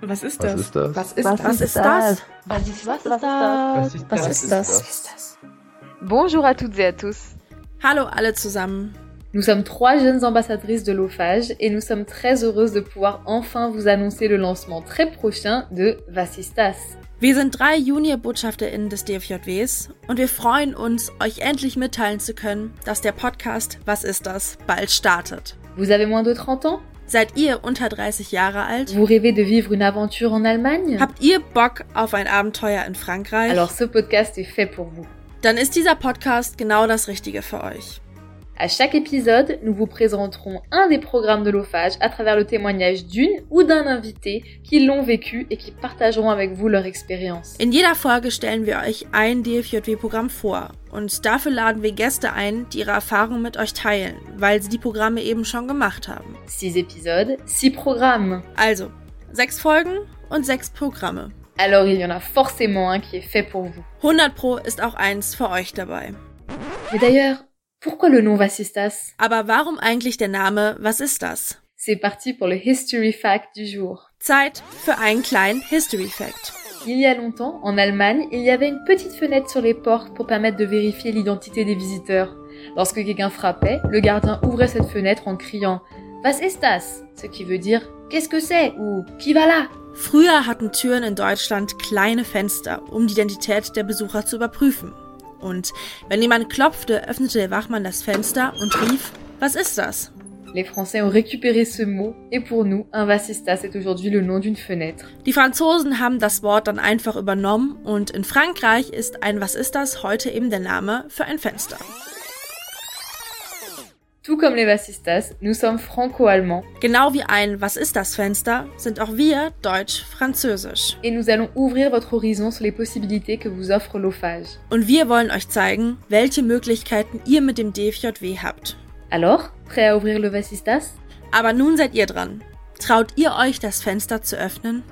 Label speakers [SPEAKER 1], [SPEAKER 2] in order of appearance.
[SPEAKER 1] Was ist
[SPEAKER 2] Was
[SPEAKER 1] das?
[SPEAKER 2] ist das?
[SPEAKER 3] Was ist
[SPEAKER 4] Was
[SPEAKER 3] das?
[SPEAKER 4] ist das?
[SPEAKER 5] Was ist,
[SPEAKER 4] Was
[SPEAKER 5] was ist
[SPEAKER 4] ist das?
[SPEAKER 5] da?
[SPEAKER 6] ist
[SPEAKER 3] Äh, Was ist das?
[SPEAKER 6] das?
[SPEAKER 5] Bonjour à toutes et à tous.
[SPEAKER 1] Hallo alle zusammen.
[SPEAKER 7] Nous sommes trois jeunes ambassadrices de l'OFAGE et nous sommes très heureuses de pouvoir enfin vous annoncer le lancement très prochain de Vassistas.
[SPEAKER 1] Wir sind drei Junior-BotschafterInnen des DFJWs und wir freuen uns, euch endlich mitteilen zu können, dass der Podcast Was ist das? bald startet.
[SPEAKER 7] Vous avez moins de 30 ans
[SPEAKER 1] Seid ihr unter 30 Jahre alt?
[SPEAKER 7] Vous rêvez de vivre une aventure en Allemagne
[SPEAKER 1] Habt ihr Bock auf ein Abenteuer in Frankreich?
[SPEAKER 7] Alors ce podcast est fait pour vous.
[SPEAKER 1] Dann ist dieser Podcast genau das Richtige für euch.
[SPEAKER 7] À chaque épisode, nous vous présenterons un des programmes de l'OFAGE à travers le témoignage d'une ou d'un invité qui l'ont vécu et qui partageront avec vous leur expérience.
[SPEAKER 1] In jeder Folge stellen wir euch ein DFJW-Programm vor und dafür laden wir Gäste ein, die ihre Erfahrungen mit euch teilen, weil sie die Programme eben schon gemacht haben.
[SPEAKER 7] 6 épisodes, 6 programmes.
[SPEAKER 1] Also, sechs Folgen und sechs Programme.
[SPEAKER 7] Alors il y en a forcément un qui est fait pour vous.
[SPEAKER 1] 100 Pro ist auch eins für euch dabei.
[SPEAKER 7] Mais d'ailleurs, pourquoi le nom Vassistas
[SPEAKER 1] Aber warum eigentlich der Name Was ist das?
[SPEAKER 7] C'est parti pour le History Fact du jour.
[SPEAKER 1] Zeit für einen kleinen History Fact.
[SPEAKER 7] Il y a longtemps, en Allemagne, il y avait une petite fenêtre sur les portes pour permettre de vérifier l'identité des visiteurs. Lorsque quelqu'un frappait, le gardien ouvrait cette fenêtre en criant Was ist das ce qui veut dire Qu'est-ce que c'est ou Qui va là
[SPEAKER 1] Früher hatten Türen in Deutschland kleine Fenster, um die Identität der Besucher zu überprüfen. Und wenn jemand klopfte, öffnete der Wachmann das Fenster und rief, was ist das?
[SPEAKER 7] Les Français ont récupéré ce mot et pour nous, un Vassistas est aujourd'hui le nom d'une fenêtre.
[SPEAKER 1] Die Franzosen haben das Wort dann einfach übernommen und in Frankreich ist ein Was ist das heute eben der Name für ein Fenster.
[SPEAKER 7] Tout comme les Vassistas, nous sommes franco-allemands
[SPEAKER 1] Genau wie ein Was ist das Fenster sind auch wir deutsch-französisch.
[SPEAKER 7] et nous allons ouvrir votre horizon sur les possibilités que vous offre l'ophage.
[SPEAKER 1] Und wir wollen euch zeigen, welche Möglichkeiten ihr mit dem DFJW habt.
[SPEAKER 7] Alors, prêt à ouvrir le Vassistas
[SPEAKER 1] Aber nun seid ihr dran. Traut ihr euch, das Fenster zu öffnen?